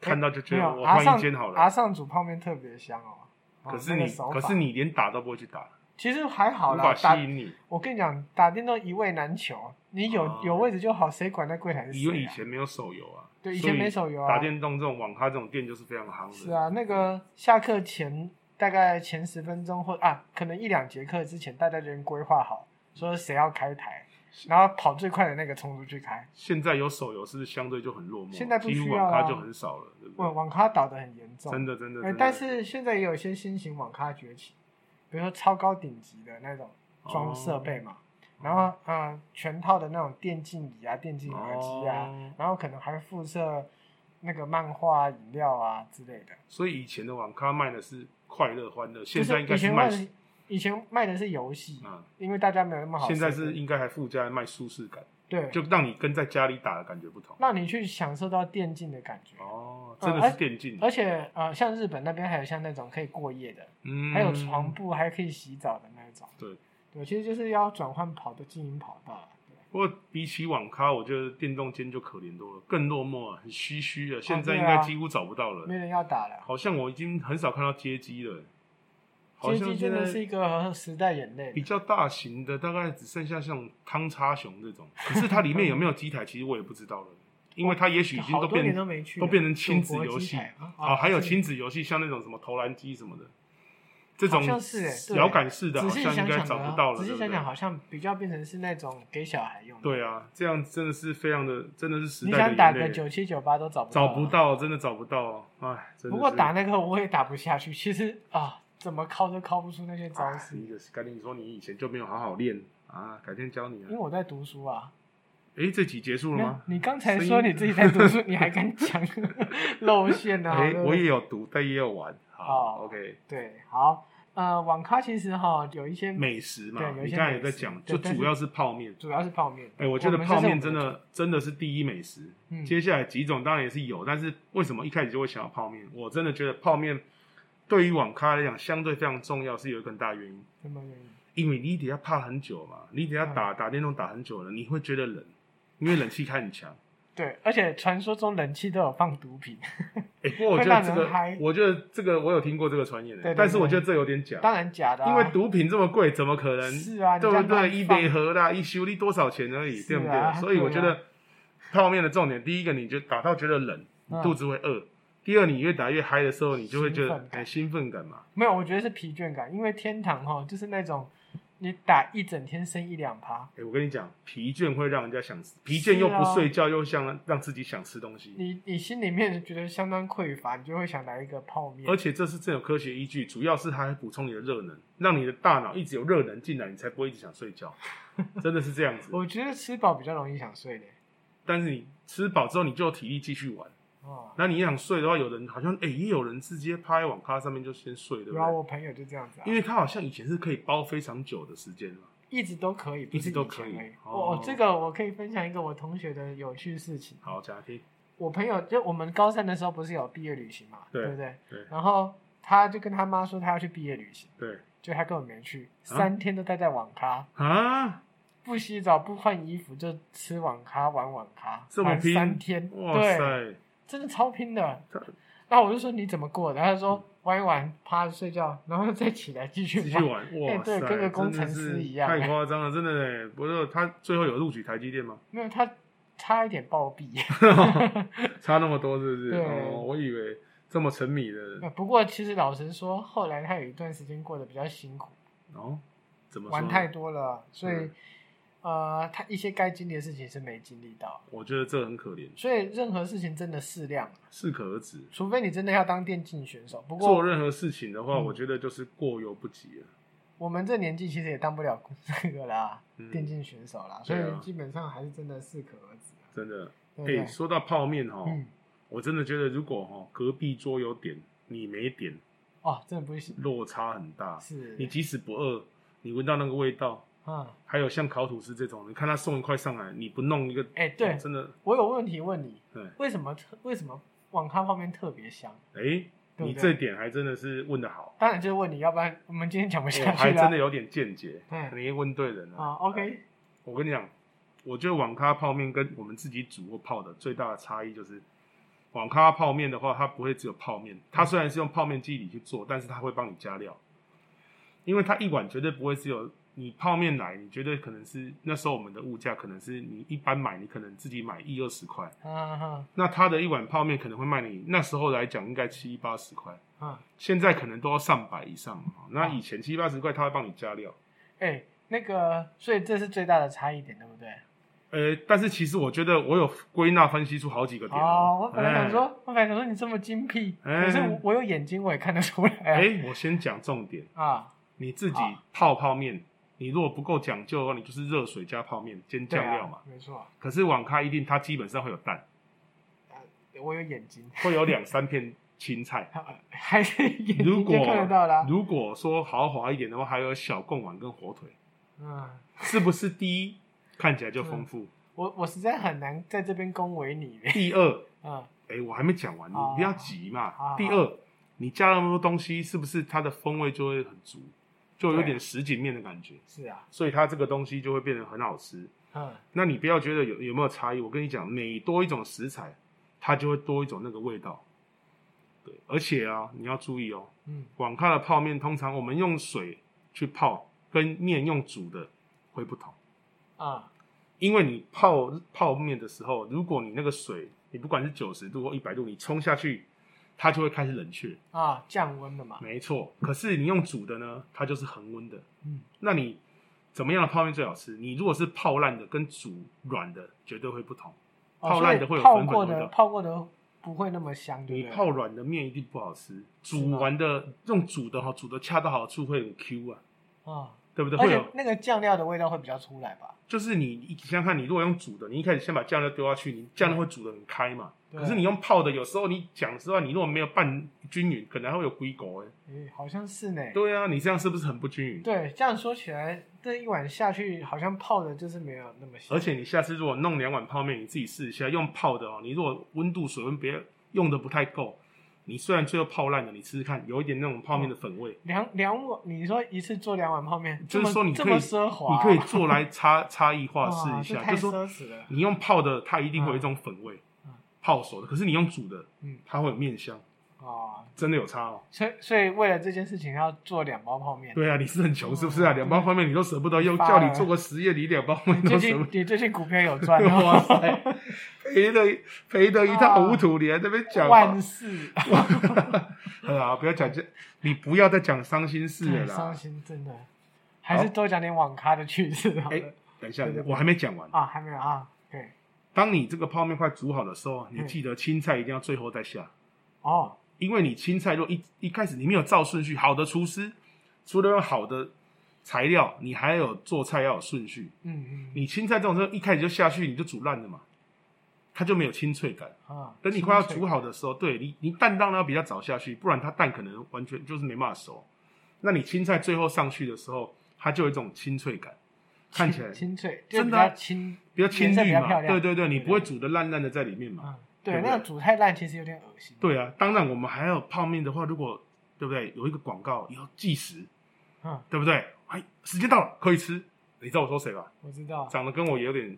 Speaker 2: 看到就觉
Speaker 1: 哎没
Speaker 2: 得
Speaker 1: 有，
Speaker 2: 我
Speaker 1: 阿
Speaker 2: 换
Speaker 1: 尚
Speaker 2: 一间好
Speaker 1: 阿
Speaker 2: 了？
Speaker 1: 尚煮泡面特别香哦。哦
Speaker 2: 可是
Speaker 1: 那个
Speaker 2: 你，
Speaker 1: 手
Speaker 2: 可
Speaker 1: 法
Speaker 2: 是你连打都不会去打，
Speaker 1: 其实还好
Speaker 2: 无
Speaker 1: 啦
Speaker 2: 法，
Speaker 1: 打
Speaker 2: 吸引你，
Speaker 1: 我跟你讲，打电动一位难求，你有、
Speaker 2: 哦
Speaker 1: 有位置就好，谁管那柜台是谁、啊？
Speaker 2: 因为以前没有手游啊，
Speaker 1: 对以前没手游啊
Speaker 2: 所以打电动这种网咖这种店就是非常夯的。
Speaker 1: 是啊，那个下课前大概前十分钟或啊，可能一两节课之前，大家就已经规划好，说谁要开台，然后跑最快的那个冲出去开。
Speaker 2: 现在有手游，是不是相对就很落寞？
Speaker 1: 现在不需
Speaker 2: 几
Speaker 1: 要啊
Speaker 2: 乎网咖就很少了，对不
Speaker 1: 网
Speaker 2: 对？
Speaker 1: 网咖倒得很严重，
Speaker 2: 真的真的，
Speaker 1: 呃
Speaker 2: 真的哦
Speaker 1: 但是现在也有一些新型网咖崛起，比如说超高顶级的那种
Speaker 2: 哦
Speaker 1: 装设备嘛，然后嗯、呃全套的那种电竞椅啊、电竞耳机啊，
Speaker 2: 哦
Speaker 1: 然后可能还附设那个漫画啊、饮料啊之类的。
Speaker 2: 所以以前的网咖卖的是快乐欢乐，现
Speaker 1: 就
Speaker 2: 在
Speaker 1: 是
Speaker 2: 应该
Speaker 1: 以
Speaker 2: 是
Speaker 1: 前卖
Speaker 2: 卖
Speaker 1: 的，以前卖的是游戏，
Speaker 2: 啊，
Speaker 1: 因为大家没有那么好设
Speaker 2: 现
Speaker 1: 备。
Speaker 2: 在是应该还附加卖舒适感，
Speaker 1: 对，
Speaker 2: 就让你跟在家里打的感觉不同。
Speaker 1: 让你去享受到电竞的感觉。
Speaker 2: 哦，
Speaker 1: 嗯
Speaker 2: 真的是电竞，
Speaker 1: 而且呃，像日本那边还有像那种可以过夜的，
Speaker 2: 嗯，
Speaker 1: 还有床铺，还可以洗澡的那种。
Speaker 2: 对。
Speaker 1: 对，其实就是要转换跑的经营跑道啊了。对
Speaker 2: 不过比起网咖，我觉得电动间就可怜多了，更落寞啊，很唏嘘啊。现在应
Speaker 1: 对
Speaker 2: 该
Speaker 1: 啊
Speaker 2: 几乎找不到了，
Speaker 1: 没人要打了。
Speaker 2: 好像我已经很少看到街机了。好
Speaker 1: 街
Speaker 2: 像
Speaker 1: 机真的
Speaker 2: 现在
Speaker 1: 是一个时代眼泪
Speaker 2: 比。较大型的，大概只剩下像汤叉熊这种。可是它里面有没有机台，其实我也不知道了，因为它也许已经
Speaker 1: 好
Speaker 2: 都
Speaker 1: 多
Speaker 2: 变
Speaker 1: 年都没去了，
Speaker 2: 都变成亲子游
Speaker 1: 赌博机
Speaker 2: 戏
Speaker 1: 台嘛
Speaker 2: 啊，还有
Speaker 1: 哦是
Speaker 2: 亲子游戏，像那种什么投篮机什么的，这种
Speaker 1: 好像是欸对
Speaker 2: 遥感式的，好
Speaker 1: 仔细
Speaker 2: 像应
Speaker 1: 想
Speaker 2: 该
Speaker 1: 想
Speaker 2: 找
Speaker 1: 呢
Speaker 2: 不到了，
Speaker 1: 仔
Speaker 2: 对
Speaker 1: 细
Speaker 2: 不
Speaker 1: 想想，
Speaker 2: 对？
Speaker 1: 好像比较变成是那种给小孩用的。
Speaker 2: 对啊，这样真的是非常的，真的是时
Speaker 1: 你
Speaker 2: 代
Speaker 1: 想打
Speaker 2: 的
Speaker 1: 个
Speaker 2: 眼泪，
Speaker 1: 九七九八都找不
Speaker 2: 找
Speaker 1: 到，啊
Speaker 2: 不。到，真的找不到，哎，真的
Speaker 1: 不过
Speaker 2: 是
Speaker 1: 打那个我也打不下去，其实啊，怎么靠都靠不出那些招
Speaker 2: 哎
Speaker 1: 式，
Speaker 2: 你就是赶紧说你以前就没有好好练啊，改天教你
Speaker 1: 因为
Speaker 2: 啊。
Speaker 1: 我在读书啊。
Speaker 2: 哎，这集结束了
Speaker 1: 没有
Speaker 2: 吗？
Speaker 1: 你刚才
Speaker 2: 声音
Speaker 1: 说你自己在读书，你还敢讲 露馅啊？
Speaker 2: 哎
Speaker 1: 对，不
Speaker 2: 我
Speaker 1: 对
Speaker 2: 也有读，但也有玩。好
Speaker 1: 哦
Speaker 2: ，OK，
Speaker 1: 对，好，呃，网咖其实哈有一些
Speaker 2: 美食嘛，
Speaker 1: 对有一
Speaker 2: 你
Speaker 1: 些
Speaker 2: 刚才也
Speaker 1: 美
Speaker 2: 在
Speaker 1: 食
Speaker 2: 讲，就
Speaker 1: 对但
Speaker 2: 主
Speaker 1: 是
Speaker 2: 要是泡面。
Speaker 1: 主要是泡面。
Speaker 2: 哎，我觉得
Speaker 1: 们这
Speaker 2: 泡
Speaker 1: 是
Speaker 2: 面
Speaker 1: 我们
Speaker 2: 真
Speaker 1: 的
Speaker 2: 的真的是第一美食。
Speaker 1: 嗯
Speaker 2: 接下来几种当然也是有，但是为什么一开始就会想要泡面？我真的觉得泡面对于网咖来讲相对非常重要，是有一个很大原因，
Speaker 1: 什么原因？
Speaker 2: 因为你得要泡很久嘛，你得要
Speaker 1: 嗯
Speaker 2: 打打电动打很久了，你会觉得冷，因为冷气开 很强。
Speaker 1: 对，而且传说中冷气都有放毒品，
Speaker 2: 哎，不过
Speaker 1: 会
Speaker 2: 我觉得
Speaker 1: 让
Speaker 2: 这
Speaker 1: 人
Speaker 2: 个
Speaker 1: 嗨，
Speaker 2: 我觉得这个我有听过这个传言
Speaker 1: 对
Speaker 2: 的，
Speaker 1: 对
Speaker 2: 但是
Speaker 1: 对
Speaker 2: 我觉得这有点假，
Speaker 1: 当然假的啊、
Speaker 2: 因为毒品这么贵，怎么可能？
Speaker 1: 是啊，你这
Speaker 2: 对不
Speaker 1: 样乱
Speaker 2: 对？一
Speaker 1: 放
Speaker 2: 杯喝啦，一修理多少钱而已，
Speaker 1: 是
Speaker 2: 对
Speaker 1: 啊
Speaker 2: 不对？所以我觉
Speaker 1: 对
Speaker 2: 得泡面的重点，第一个你就打到觉得冷，
Speaker 1: 嗯
Speaker 2: 肚子会饿；第二，你越打越嗨的时候，你就会觉
Speaker 1: 兴
Speaker 2: 得
Speaker 1: 奋感
Speaker 2: 哎兴奋感嘛。
Speaker 1: 没有，我觉得是疲倦感，因为天堂哈就是那种你打一整天升一两趴，
Speaker 2: 哎，我跟你讲，疲倦会让人家想吃，疲倦又不睡觉，又想让自己想吃东西，
Speaker 1: 你你心里面觉得相当匮乏，你就会想来一个泡面
Speaker 2: 而。且这是真有科学依据，主要是它还补充你的热能，让你的大脑一直有热能进来，你才不会一直想睡 觉。真的是这样子。
Speaker 1: 我觉得吃饱比较容易想睡的。
Speaker 2: 但是你吃饱之后，你就有体力继续玩。
Speaker 1: 哦，
Speaker 2: 那你想睡的话，有人好像哎、也有人直接趴在网咖上面就先睡，对不
Speaker 1: 然后
Speaker 2: 对？
Speaker 1: 我朋友就这样子、啊，
Speaker 2: 因为他好像以前是可以包非常久的时间嘛。
Speaker 1: 一直都可以，不是
Speaker 2: 一直都可以
Speaker 1: 以前而已。
Speaker 2: 哦
Speaker 1: 哦，这个我可以分享一个我同学的有趣事情。
Speaker 2: 好，讲来听。
Speaker 1: 我朋友就我们高三的时候不是有毕业旅行嘛，
Speaker 2: 对
Speaker 1: 对不对？
Speaker 2: 对
Speaker 1: 然后他就跟他妈说他要去毕业旅行，
Speaker 2: 对
Speaker 1: 就他根本没去，
Speaker 2: 啊
Speaker 1: 三天都待在网咖。
Speaker 2: 啊，
Speaker 1: 不洗澡不换衣服就吃网咖玩网咖，
Speaker 2: 这么
Speaker 1: 玩
Speaker 2: 拼
Speaker 1: 三天，
Speaker 2: 哇
Speaker 1: 对，
Speaker 2: 塞，
Speaker 1: 真的超拼的
Speaker 2: 这。
Speaker 1: 那我就说你怎么过的？他就说玩一玩，趴着睡觉，然后再起来继续
Speaker 2: 嗯继续
Speaker 1: 玩。
Speaker 2: 玩，哇
Speaker 1: 哎
Speaker 2: 塞，
Speaker 1: 对跟个工程师一样哎
Speaker 2: 真的是太夸张了，真的嘞。不是他最后有录取台积电吗？
Speaker 1: 没有他差一点暴毙，
Speaker 2: 差那么多是不是？
Speaker 1: 对
Speaker 2: 哦，我以为这么沉迷的。
Speaker 1: 不过其实老实说，后来他有一段时间过得比较辛苦，
Speaker 2: 哦，怎么说
Speaker 1: 玩
Speaker 2: 呢
Speaker 1: 太多了，啊所以
Speaker 2: 嗯
Speaker 1: 呃，他一些该经历的事情是没经历到。
Speaker 2: 我觉得这很可怜，
Speaker 1: 所以任何事情真的适量，啊
Speaker 2: 适可而止。
Speaker 1: 除非你真的要当电竞选手。不
Speaker 2: 做
Speaker 1: 过
Speaker 2: 任何事情的话，
Speaker 1: 嗯
Speaker 2: 我觉得就是过犹不及了。
Speaker 1: 我们这年纪其实也当不了这个啦。
Speaker 2: 嗯
Speaker 1: 电竞选手啦，所
Speaker 2: 对啊
Speaker 1: 以基本上还是真的适可而止啊，
Speaker 2: 真的，
Speaker 1: 对不
Speaker 2: 哎，
Speaker 1: 对？
Speaker 2: 说到泡面哦，
Speaker 1: 嗯，
Speaker 2: 我真的觉得，如果哈隔壁桌有点，你没点，
Speaker 1: 哦，真的不行，
Speaker 2: 落差很大。
Speaker 1: 是
Speaker 2: 你即使不饿，你闻到那个味道，
Speaker 1: 嗯，
Speaker 2: 还有像烤吐司这种，你看他送一块上来，你不弄一个，哦
Speaker 1: 哎、对
Speaker 2: 真的，
Speaker 1: 我有问题问你，
Speaker 2: 对，
Speaker 1: 为什么特为什么网咖泡面特别香？
Speaker 2: 哎、
Speaker 1: 对
Speaker 2: 你
Speaker 1: 不对
Speaker 2: 这点还真的是问的好，
Speaker 1: 当然就是问你，要不然 我们今天讲不
Speaker 2: 我
Speaker 1: 下
Speaker 2: 还
Speaker 1: 去了、
Speaker 2: 真的有点见解，
Speaker 1: 嗯，
Speaker 2: 你问对人了、
Speaker 1: 啊，OK，
Speaker 2: 我跟你讲，我觉得网咖泡面跟我们自己煮或泡的最大的差异就是，网咖泡面的话，它不会只有泡面，它虽然是用泡面机理去做，但是它会帮你加料，因为它一碗绝对不会只有你泡面来，你绝对可能是那时候我们的物价可能是你一般买，你可能自己买一二十块，
Speaker 1: 嗯嗯
Speaker 2: 那它的一碗泡面可能会卖你那时候来讲应该七八十块，
Speaker 1: 嗯，
Speaker 2: 现在可能都要上百以上了哈
Speaker 1: 哦
Speaker 2: 那以前七八十块，它会帮你加料。
Speaker 1: 哎、那个，所以这是最大的差异点，对不对？
Speaker 2: 呃，但是其实我觉得我有归纳分析出好几个点
Speaker 1: 哦，我本来想
Speaker 2: 哎，
Speaker 1: 说，我本来想说你这么精辟，
Speaker 2: 哎
Speaker 1: 可是我我有眼睛，我也看得出来啊。
Speaker 2: 哎、我先讲重点，
Speaker 1: 啊，
Speaker 2: 你自己
Speaker 1: 好
Speaker 2: 泡泡面，你如果不够讲究的话，你就是热水加泡面煎
Speaker 1: 对
Speaker 2: 酱
Speaker 1: 啊
Speaker 2: 料嘛。
Speaker 1: 没错，
Speaker 2: 可是网咖一定它基本上会有 蛋，
Speaker 1: 我有眼睛，
Speaker 2: 会有两三片青菜。
Speaker 1: 还是眼
Speaker 2: 如
Speaker 1: 睛
Speaker 2: 果
Speaker 1: 就看得到啦、啊
Speaker 2: 如果说豪华一点的话，还有小贡丸跟火腿，
Speaker 1: 嗯，
Speaker 2: 是不是？第一看起来就丰富，
Speaker 1: 我我实在很难在这边恭维你嘞。
Speaker 2: 第二，
Speaker 1: 嗯，
Speaker 2: 哎、我还没讲完，你
Speaker 1: 哦
Speaker 2: 不要急嘛。
Speaker 1: 好好
Speaker 2: 第二，你加了那么多东西，是不是它的风味就会很足，就有点什锦面的感觉？
Speaker 1: 是啊，
Speaker 2: 所以它这个东西就会变得很好吃。
Speaker 1: 嗯，
Speaker 2: 那你不要觉得有有没有差异，我跟你讲，每多一种食材，它就会多一种那个味道。对，而且啊，你要注意哦，
Speaker 1: 嗯，
Speaker 2: 网咖的泡面通常我们用水去泡，跟面用煮的会不同。
Speaker 1: 啊、
Speaker 2: 因为你泡泡面的时候，如果你那个水，你不管是九十度或一百度，你冲下去，它就会开始冷却。
Speaker 1: 啊，降温了嘛。
Speaker 2: 没错，可是你用煮的呢，它就是恒温的。
Speaker 1: 嗯，
Speaker 2: 那你怎么样的泡面最好吃？你如果是泡烂的跟煮软的绝对会不同。
Speaker 1: 哦
Speaker 2: 泡烂的会
Speaker 1: 所以
Speaker 2: 有
Speaker 1: 泡
Speaker 2: 粉
Speaker 1: 过
Speaker 2: 粉的味
Speaker 1: 的
Speaker 2: 道
Speaker 1: 泡过的不会那么香，对
Speaker 2: 你
Speaker 1: 不对？
Speaker 2: 泡软的面一定不好吃，
Speaker 1: 是
Speaker 2: 煮
Speaker 1: 吗
Speaker 2: 完的用煮的哈，煮的恰到好处会很 Q 啊，
Speaker 1: 啊、
Speaker 2: 对不对？
Speaker 1: 而
Speaker 2: 会
Speaker 1: 且
Speaker 2: 有，
Speaker 1: 那个酱料的味道会比较出来吧？
Speaker 2: 就是你你想想看，你如果用煮的，你一开始先把酱料丢下去，你酱料会煮的很开嘛。
Speaker 1: 对
Speaker 2: 可是你用泡的，有时候你讲实话，你如果没有拌均匀，可能还会有龟狗哎。
Speaker 1: 诶，好像是呢。
Speaker 2: 对啊，你这样是不是很不均匀？
Speaker 1: 对，这样说起来，这一碗下去好像泡的就是没有那么香。
Speaker 2: 而且你下次如果弄两碗泡面，你自己试一下，用泡的哦。你如果温度、水温别用的不太够，你虽然最后泡烂了，你试试看，有一点那种泡面的粉味。
Speaker 1: 两两碗，你说一次做两碗泡面，这
Speaker 2: 就是
Speaker 1: 么
Speaker 2: 说你
Speaker 1: 这
Speaker 2: 可以
Speaker 1: 么奢华
Speaker 2: 你
Speaker 1: 啊，
Speaker 2: 可以做来差差异化试
Speaker 1: 哇
Speaker 2: 一
Speaker 1: 这
Speaker 2: 下，
Speaker 1: 太
Speaker 2: 就是说
Speaker 1: 奢侈了。
Speaker 2: 你用泡的，它一定会有一种粉味
Speaker 1: 嗯嗯，
Speaker 2: 泡熟的。可是你用煮的，
Speaker 1: 嗯
Speaker 2: 它会有面香，
Speaker 1: 啊，
Speaker 2: 真的有差哦。
Speaker 1: 所以所以为了这件事情要做两包泡面。
Speaker 2: 对啊，你是很穷是不是啊？
Speaker 1: 嗯
Speaker 2: 两包泡面你都舍不得用，
Speaker 1: 发了
Speaker 2: 叫你做个实验，你两包泡面
Speaker 1: 你
Speaker 2: 都
Speaker 1: 最
Speaker 2: 舍不
Speaker 1: 近
Speaker 2: 得。
Speaker 1: 你最近股票有 赚
Speaker 2: 哇
Speaker 1: 哦，
Speaker 2: 塞，赔的赔的一塌糊涂，你还在那边讲
Speaker 1: 万事
Speaker 2: 好啊，不要讲这，你不要再讲伤心事了
Speaker 1: 很伤
Speaker 2: 啦。
Speaker 1: 心，真的，还是多讲点网咖的趣事好
Speaker 2: 哎
Speaker 1: 了。，
Speaker 2: 等一下
Speaker 1: 对对，对
Speaker 2: 我还没讲完。
Speaker 1: 啊，还没有啊，对，
Speaker 2: 当你这个泡面快煮好的时候，你
Speaker 1: 嗯
Speaker 2: 记得青菜一定要最后再下，
Speaker 1: 哦，
Speaker 2: 因为你青菜若一一开始你没有照顺序，好的厨师除了用好的材料，你还有做菜要有顺序。
Speaker 1: 嗯嗯
Speaker 2: 你青菜这种时候一开始就下去，你就煮烂了嘛，它就没有清脆感。
Speaker 1: 嗯，啊，
Speaker 2: 等你快要
Speaker 1: 清
Speaker 2: 煮
Speaker 1: 脆
Speaker 2: 好的时候，对你，你蛋当然要比较早下去，不然它蛋可能完全就是没办法熟。那你青菜最后上去的时候，它就有一种清脆感，看起来
Speaker 1: 清脆，就
Speaker 2: 真
Speaker 1: 比
Speaker 2: 的啊
Speaker 1: 较清，
Speaker 2: 比较清
Speaker 1: 颜色
Speaker 2: 绿
Speaker 1: 比较漂
Speaker 2: 嘛。
Speaker 1: 亮
Speaker 2: 对对对，你
Speaker 1: 对
Speaker 2: 不会煮的烂烂的在里面嘛。
Speaker 1: 嗯，对，
Speaker 2: 对不
Speaker 1: 那个
Speaker 2: 对
Speaker 1: 煮太烂其实有点恶心。
Speaker 2: 对啊，当然我们还有泡面的话，如果对不对，有一个广告以后计时，
Speaker 1: 嗯，
Speaker 2: 对不对？哎，时间到了可以吃，你知道我说谁吧？
Speaker 1: 我知道，
Speaker 2: 长得跟我有点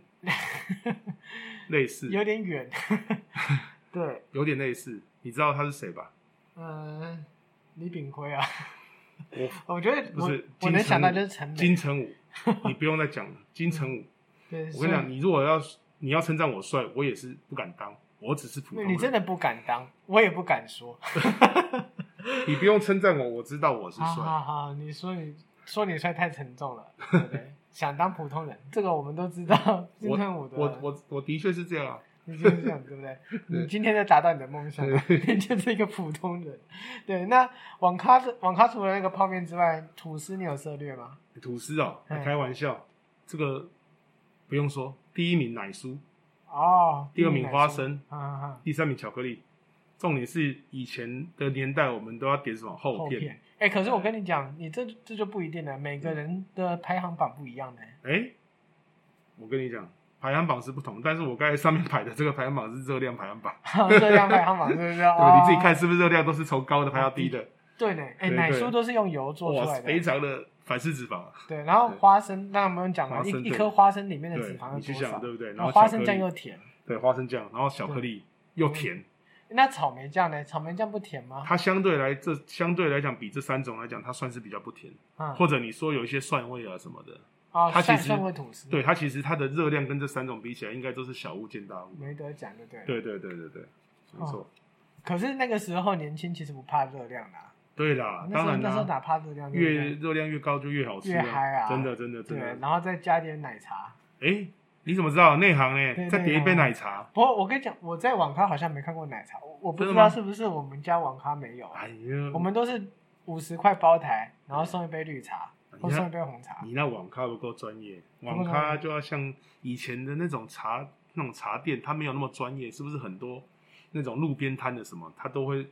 Speaker 2: 类 似，
Speaker 1: 有点 远。对，
Speaker 2: 有点类似，你知道他是谁吧？
Speaker 1: 嗯，李炳辉啊，
Speaker 2: 我
Speaker 1: 我觉得
Speaker 2: 不
Speaker 1: 我
Speaker 2: 是
Speaker 1: 我
Speaker 2: 金
Speaker 1: 能
Speaker 2: 城
Speaker 1: 想到
Speaker 2: 武
Speaker 1: 就是陈
Speaker 2: 金
Speaker 1: 美。
Speaker 2: 城武，你不用再讲了。金城武，
Speaker 1: 对，
Speaker 2: 我
Speaker 1: 所
Speaker 2: 跟你
Speaker 1: 以
Speaker 2: 讲，你如果要你要称赞我帅，我也是不敢当，我只是普通
Speaker 1: 那
Speaker 2: 人。
Speaker 1: 你真的不敢当，我也不敢说。
Speaker 2: 你不用称赞我，我知道我是
Speaker 1: 好
Speaker 2: 帅。
Speaker 1: 啊好好，你说你说你帅太沉重了，对不对？ 想当普通人，这个我们都知道。金
Speaker 2: 我
Speaker 1: 城武的，
Speaker 2: 我我我的确是这样啊。
Speaker 1: 你就是这样，对不 对？你今天在达到你的梦想， 你就是一个普通人。对，那网咖的网咖除了那个泡面之外，吐司你有涉略吗？
Speaker 2: 吐司哦，
Speaker 1: 嗯
Speaker 2: 开玩笑，这个不用说，第一名奶酥，
Speaker 1: 哦，
Speaker 2: 第二名花
Speaker 1: 奶酥，
Speaker 2: 生，
Speaker 1: 啊啊啊，
Speaker 2: 第三名巧克力。重点是以前的年代，我们都要点什么厚
Speaker 1: 厚
Speaker 2: 片
Speaker 1: 片？。哎、可是我跟你讲，你这这就不一定了，每个
Speaker 2: 嗯
Speaker 1: 人的排行榜不一样的、
Speaker 2: 哎、我跟你讲，排行榜是不同，但是我刚才上面排的这个排行榜是热量排行榜，
Speaker 1: 热量排行榜是不是？
Speaker 2: 对吧？
Speaker 1: 哦
Speaker 2: 你自己看是不是热量都是从高的排到低的？
Speaker 1: 对呢，哎、
Speaker 2: 对
Speaker 1: 奶
Speaker 2: 对
Speaker 1: 酥都是用油做出
Speaker 2: 哇
Speaker 1: 来，
Speaker 2: 非
Speaker 1: 的，
Speaker 2: 常的反式脂肪啊。
Speaker 1: 对。然后
Speaker 2: 对
Speaker 1: 花生，那我们讲嘛，
Speaker 2: 花
Speaker 1: 一
Speaker 2: 生
Speaker 1: 一
Speaker 2: 对
Speaker 1: 颗花生里面的
Speaker 2: 对
Speaker 1: 脂肪，
Speaker 2: 你去
Speaker 1: 有多少
Speaker 2: 想对？不对？
Speaker 1: 然
Speaker 2: 然
Speaker 1: 后
Speaker 2: 后
Speaker 1: 花
Speaker 2: 巧克
Speaker 1: 生
Speaker 2: 力
Speaker 1: 酱又甜，
Speaker 2: 对花生酱，然后巧克力又甜，
Speaker 1: 那草莓酱呢？草莓酱不甜吗？
Speaker 2: 它相对来这相对来讲比这三种来讲，它算是比较不甜，
Speaker 1: 嗯，
Speaker 2: 或者你说有一些蒜味啊什么的，
Speaker 1: 哦，
Speaker 2: 它其
Speaker 1: 蒜
Speaker 2: 实
Speaker 1: 蒜味吐司，，
Speaker 2: 对它其实它的热量跟这三种比起来，应该都是小巫见大巫。
Speaker 1: 没得讲，对不对？。
Speaker 2: 对对对对对，没
Speaker 1: 哦
Speaker 2: 错。
Speaker 1: 可是那个时候年轻，其实不怕热量啦。
Speaker 2: 对啦，
Speaker 1: 那时
Speaker 2: 当
Speaker 1: 候
Speaker 2: 然
Speaker 1: 那时候
Speaker 2: 啦，
Speaker 1: 哪怕热量对不
Speaker 2: 越
Speaker 1: 对
Speaker 2: 热量越高就越好吃，
Speaker 1: 越嗨啊
Speaker 2: 真的真的真
Speaker 1: 对，
Speaker 2: 的。
Speaker 1: 然后再加点奶茶。
Speaker 2: 哎，你怎么知道内行
Speaker 1: 对
Speaker 2: 呢？再
Speaker 1: 内行
Speaker 2: 点一
Speaker 1: 啊
Speaker 2: 杯奶茶。
Speaker 1: 不过我跟你讲，我在网咖好像没看过奶茶，我我不
Speaker 2: 真的
Speaker 1: 知道
Speaker 2: 吗
Speaker 1: 是不是我们家网咖没有，啊
Speaker 2: 哎呀，
Speaker 1: 我们都是五十块包台，然后送一杯绿茶或
Speaker 2: 你
Speaker 1: 送
Speaker 2: 看
Speaker 1: 一杯红茶。
Speaker 2: 哎你那网咖不够专业，网
Speaker 1: 不够专
Speaker 2: 咖
Speaker 1: 业
Speaker 2: 就要像以前的那种茶那种茶店，它没有那么专业，是不是很多那种路边摊的什么，它都会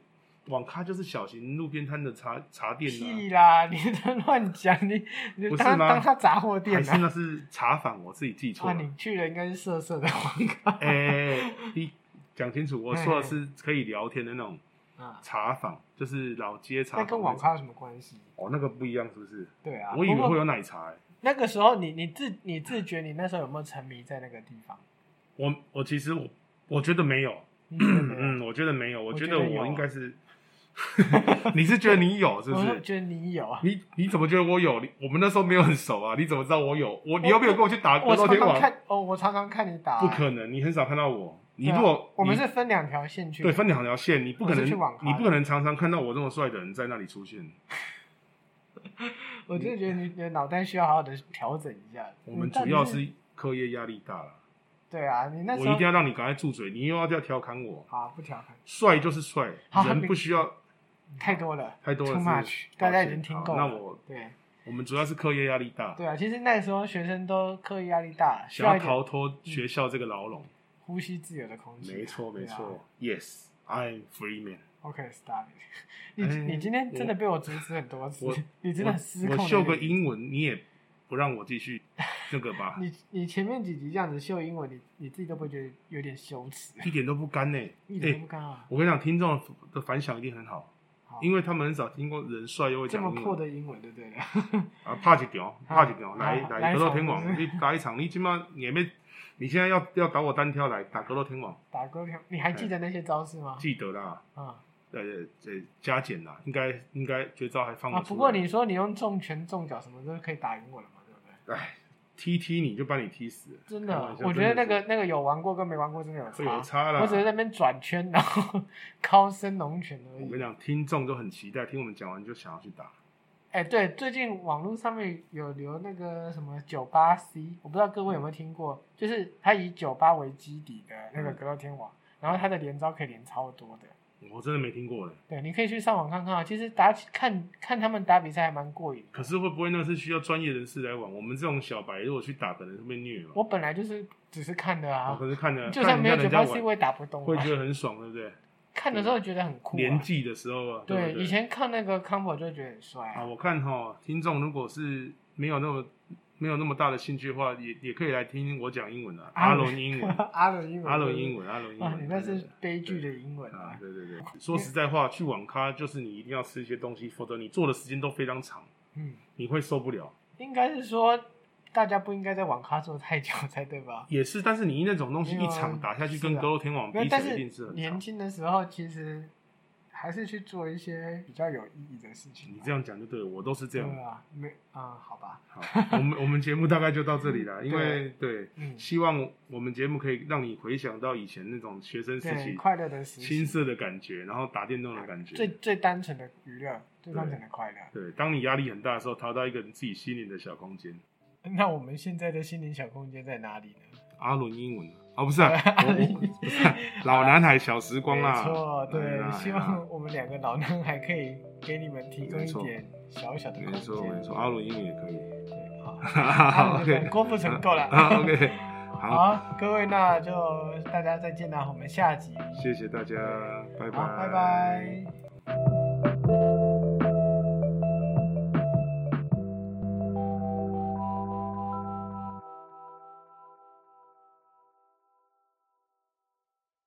Speaker 2: 网咖就是小型路边摊的茶茶店啊，
Speaker 1: 屁啦！你在乱讲，你你
Speaker 2: 不是
Speaker 1: 当
Speaker 2: 吗
Speaker 1: 当他杂货店
Speaker 2: 还是
Speaker 1: 啊？
Speaker 2: 那是茶坊，我自己记错
Speaker 1: 啊，
Speaker 2: 了。
Speaker 1: 你去了应该是色色的网 咖。
Speaker 2: 哎、你讲清楚，我说的是可以聊天的那种
Speaker 1: 啊，
Speaker 2: 茶坊，就是老街茶
Speaker 1: 那
Speaker 2: 坊。
Speaker 1: 跟网咖有什么关系？
Speaker 2: 哦，那个不一样，是不是？
Speaker 1: 对啊，
Speaker 2: 我以为
Speaker 1: 不过
Speaker 2: 会有奶茶、欸。
Speaker 1: 那个时候你你自你自觉你那时候有没有沉迷在那个地方？
Speaker 2: 我我其实我我觉得没有，
Speaker 1: 你觉得没有
Speaker 2: 嗯，我觉得没有，我觉
Speaker 1: 啊我
Speaker 2: 得
Speaker 1: 觉得有啊
Speaker 2: 我应该是， 你是觉得你有是不
Speaker 1: 我
Speaker 2: 是？
Speaker 1: 觉得你有啊。
Speaker 2: 你你怎么觉得我有？你我们那时候没有很熟啊，你怎么知道我有？我你又没有跟我去打格
Speaker 1: 我
Speaker 2: 斗
Speaker 1: 常
Speaker 2: 天
Speaker 1: 常
Speaker 2: 王？
Speaker 1: 看哦，我常常看你打、
Speaker 2: 不可能，你很少看到我。你
Speaker 1: 对啊
Speaker 2: 如果
Speaker 1: 我们
Speaker 2: 你
Speaker 1: 是分两条线去。
Speaker 2: 对分两条线，你不可
Speaker 1: 我
Speaker 2: 能
Speaker 1: 是去网咖的
Speaker 2: 你不可能常常看到我这么帅的人在那里出现。
Speaker 1: 我真的觉得你你的脑袋需要好好的调整一下。
Speaker 2: 我们
Speaker 1: 你到
Speaker 2: 主
Speaker 1: 底
Speaker 2: 要
Speaker 1: 嗯是
Speaker 2: 是课业压力大了，
Speaker 1: 对啊，你那
Speaker 2: 我
Speaker 1: 时
Speaker 2: 一定
Speaker 1: 候
Speaker 2: 要让你赶快住嘴，你又要要调侃我。
Speaker 1: 好不调侃
Speaker 2: 帅就是帅
Speaker 1: 好，
Speaker 2: 人
Speaker 1: 还
Speaker 2: 不需要
Speaker 1: 太多了
Speaker 2: 太多了
Speaker 1: ，too
Speaker 2: 是不
Speaker 1: much，
Speaker 2: 是。
Speaker 1: 大家已
Speaker 2: 好
Speaker 1: 经听
Speaker 2: 好
Speaker 1: 够了。
Speaker 2: 那我
Speaker 1: 对
Speaker 2: 我们主要是课业压力大，
Speaker 1: 对啊，其实那时候学生都课业压力大，需
Speaker 2: 想
Speaker 1: 要
Speaker 2: 要
Speaker 1: 一点
Speaker 2: 逃脱学校这个牢笼。
Speaker 1: 呼吸自由的空气。
Speaker 2: 没错，没
Speaker 1: 对啊
Speaker 2: 错。Yes, I'm free man。
Speaker 1: OK，stop it。你
Speaker 2: 哎
Speaker 1: 你今天真的被我阻止很多次
Speaker 2: 我，
Speaker 1: 你真的很失控的
Speaker 2: 我
Speaker 1: 人。
Speaker 2: 我秀个英文，你也不让我继续这个 吧，
Speaker 1: 你你前面几集这样子秀英文，你你自己都不会觉得有点羞耻，
Speaker 2: 一点都不干呢、
Speaker 1: 一
Speaker 2: 哎、
Speaker 1: 点都不尴尬。
Speaker 2: 我跟你讲，听众的反响一定很好，
Speaker 1: 好
Speaker 2: 因为他们很少听过人帅又会
Speaker 1: 这
Speaker 2: 讲
Speaker 1: 么
Speaker 2: 英
Speaker 1: 破
Speaker 2: 文
Speaker 1: 的英文，对不对？
Speaker 2: 啊，怕一条，怕一条，
Speaker 1: 啊
Speaker 2: 来
Speaker 1: 啊来
Speaker 2: 来
Speaker 1: 一
Speaker 2: 格斗
Speaker 1: 场
Speaker 2: 天
Speaker 1: 是不
Speaker 2: 王，你打一场，你起码也没，你现在要要打我单挑来打格斗天王，
Speaker 1: 打勾票，你还记得那些招式吗？
Speaker 2: 记得啦，
Speaker 1: 啊、
Speaker 2: 呃呃加减啦，应该应该绝招还放得
Speaker 1: 啊！
Speaker 2: 出
Speaker 1: 不过
Speaker 2: 来
Speaker 1: 你说你用重拳重脚什么都可以打赢我了嘛，对不对？
Speaker 2: 哎踢踢你就把你踢死了，
Speaker 1: 真
Speaker 2: 开玩
Speaker 1: 的，
Speaker 2: 笑
Speaker 1: 我觉得那
Speaker 2: 真的
Speaker 1: 个那个有玩过跟没玩过真的有差。
Speaker 2: 是会有差啦，
Speaker 1: 我只是在那边转圈，然后 靠伸龙拳而
Speaker 2: 我跟你
Speaker 1: 已。
Speaker 2: 讲，听众都很期待，听我们讲完就想要去打。
Speaker 1: 哎、对，最近网络上面有留那个什么九八 C，我不知道各位有没有
Speaker 2: 嗯
Speaker 1: 听过，就是他以九八为基底的那个格斗天王，然后他的连招可以连超多的。
Speaker 2: 我真的没听过嘞。
Speaker 1: 对，你可以去上网看看啊。其实打起看看他们打比赛还蛮过瘾的。
Speaker 2: 可是会不会那是需要专业人士来玩？我们这种小白如果去打，可能会被虐嘛。
Speaker 1: 我本来就是只是看的
Speaker 2: 我
Speaker 1: 啊，
Speaker 2: 可是看着
Speaker 1: 就算
Speaker 2: 哦看
Speaker 1: 没有
Speaker 2: 人家
Speaker 1: 九
Speaker 2: 人家
Speaker 1: 八 C
Speaker 2: 玩，
Speaker 1: 我也打不动
Speaker 2: 会
Speaker 1: 啊。
Speaker 2: 觉得很爽，对不对？
Speaker 1: 看的时候觉得很酷、
Speaker 2: 年
Speaker 1: 啊，
Speaker 2: 纪的时候啊，对
Speaker 1: 对，
Speaker 2: 不对
Speaker 1: 以前看那个 combo 就觉得很帅
Speaker 2: 啊，
Speaker 1: 啊。
Speaker 2: 我看哈，听众如果是没有那么没有那么大的兴趣的话，也也可以来听我讲英文啊，
Speaker 1: 阿
Speaker 2: 阿
Speaker 1: 伦
Speaker 2: 伦英文，
Speaker 1: 阿伦英文，
Speaker 2: 阿伦英文，阿伦英
Speaker 1: 啊
Speaker 2: 文，，
Speaker 1: 你那
Speaker 2: 对
Speaker 1: 是
Speaker 2: 对
Speaker 1: 悲剧的英文
Speaker 2: 对啊
Speaker 1: 啊，！
Speaker 2: 对对对。说实在话，去网咖就是你一定要吃一些东西，否则你坐的时间都非常长，
Speaker 1: 嗯，
Speaker 2: 你会受不了。
Speaker 1: 应该是说大家不应该在网咖坐太久才对吧？
Speaker 2: 也是，但是你那种东西
Speaker 1: 没有
Speaker 2: 一
Speaker 1: 啊
Speaker 2: 场打下去，
Speaker 1: 是
Speaker 2: 跟
Speaker 1: 啊
Speaker 2: 格斗天王
Speaker 1: 没有
Speaker 2: 比起
Speaker 1: 但
Speaker 2: 来，
Speaker 1: 是
Speaker 2: 一定是很
Speaker 1: 年
Speaker 2: 长。
Speaker 1: 轻的时候其实还是去做一些比较有意义的事情
Speaker 2: 你
Speaker 1: 吧。
Speaker 2: 这样讲就对了，我都是这样
Speaker 1: 对。啊，没啊，好吧，
Speaker 2: 好，我们我们节目大概就到这里了，因为对，
Speaker 1: 嗯，
Speaker 2: 希望我们节目可以让你回想到以前那种学生时
Speaker 1: 对，
Speaker 2: 期
Speaker 1: 快乐的时
Speaker 2: 青
Speaker 1: 期，
Speaker 2: 涩的感觉，然后打电动的感
Speaker 1: 最
Speaker 2: 觉。
Speaker 1: 最单纯的娱乐，最
Speaker 2: 对
Speaker 1: 单纯的快乐。
Speaker 2: 对，当你压力很大的时候，逃到一个你自己心灵的小空间。
Speaker 1: 那我们现在的心灵小空间在哪里呢？
Speaker 2: 阿伦英文啊，哦不 是啊，我我不是啊老男孩小时光
Speaker 1: 没
Speaker 2: 啊，
Speaker 1: 错，
Speaker 2: 哎
Speaker 1: 对，
Speaker 2: 呀
Speaker 1: 希
Speaker 2: 哎呀
Speaker 1: 望我们两个老男孩可以给你们提供
Speaker 2: 没
Speaker 1: 一
Speaker 2: 错
Speaker 1: 点小小的空
Speaker 2: 哎没错没
Speaker 1: 间。
Speaker 2: 错，阿伦英文也可以。
Speaker 1: 对， 好。
Speaker 2: 好
Speaker 1: 对
Speaker 2: ，OK，
Speaker 1: 郭富城够了
Speaker 2: 啊，OK，好，
Speaker 1: 好，各位，那就大家再见啦，我们下集，
Speaker 2: 谢谢大家，拜
Speaker 1: 好，
Speaker 2: 拜，
Speaker 1: 拜拜